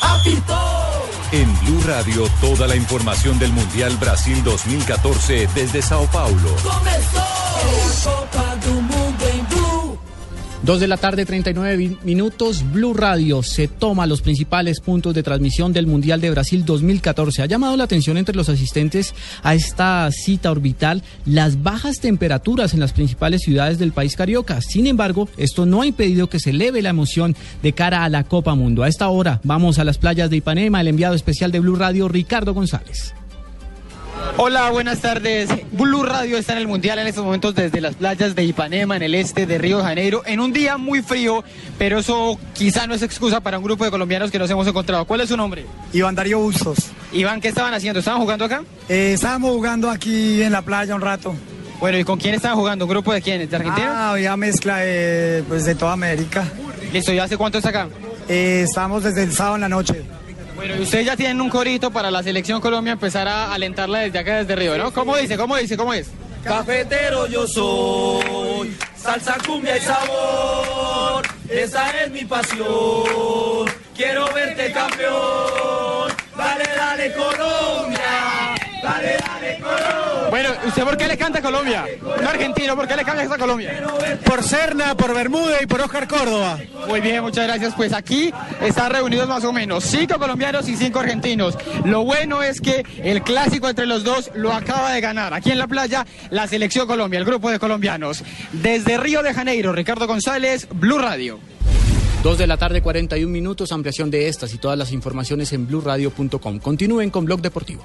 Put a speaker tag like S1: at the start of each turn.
S1: Papito.
S2: En Blue Radio, toda la información del Mundial Brasil 2014 desde Sao Paulo.
S1: Comenzó la Copa de un Mundo en Blue.
S3: 2 de la tarde, 39 minutos. Blue Radio se toma los principales puntos de transmisión del Mundial de Brasil 2014. Ha llamado la atención entre los asistentes a esta cita orbital las bajas temperaturas en las principales ciudades del país carioca. Sin embargo, esto no ha impedido que se eleve la emoción de cara a la Copa Mundo. A esta hora vamos a las playas de Ipanema. El enviado especial de Blue Radio, Ricardo González.
S4: Hola, buenas tardes. Blue Radio está en el Mundial en estos momentos desde las playas de Ipanema, en el este de Río de Janeiro, en un día muy frío, pero eso quizá no es excusa para un grupo de colombianos que nos hemos encontrado. ¿Cuál es su nombre?
S5: Iván Darío Bustos.
S4: Iván, ¿qué estaban haciendo? ¿Estaban jugando acá?
S5: Eh, estábamos jugando aquí en la playa un rato.
S4: Bueno, ¿y con quién estaban jugando? ¿Un grupo de quiénes? ¿De Argentina?
S5: Ah, había mezcla de, pues, de toda América.
S4: Listo, ¿y hace cuánto está acá?
S5: Eh, estamos desde el sábado en la noche.
S4: Bueno, y ustedes ya tienen un corito para la selección Colombia empezar a alentarla desde acá, desde Río, ¿no? ¿Cómo dice? ¿Cómo dice? ¿Cómo es?
S1: Cafetero yo soy, salsa, cumbia y sabor. Esa es mi pasión. Quiero verte campeón. Dale, dale, Colombia. Dale, dale, Colombia.
S4: Bueno, ¿usted por qué le canta a Colombia? Un argentino, ¿por qué le canta a Colombia?
S1: Quiero verte
S5: Por Serna, por Bermuda y por Oscar Córdoba.
S4: Muy bien, muchas gracias. Pues aquí están reunidos más o menos cinco colombianos y cinco argentinos. Lo bueno es que el clásico entre los dos lo acaba de ganar. Aquí en la playa, la selección Colombia, el grupo de colombianos. Desde Río de Janeiro, Ricardo González, Blue Radio.
S3: 2 de la tarde, 41 minutos. Ampliación de estas y todas las informaciones en blurradio.com. Continúen con Blog Deportivo.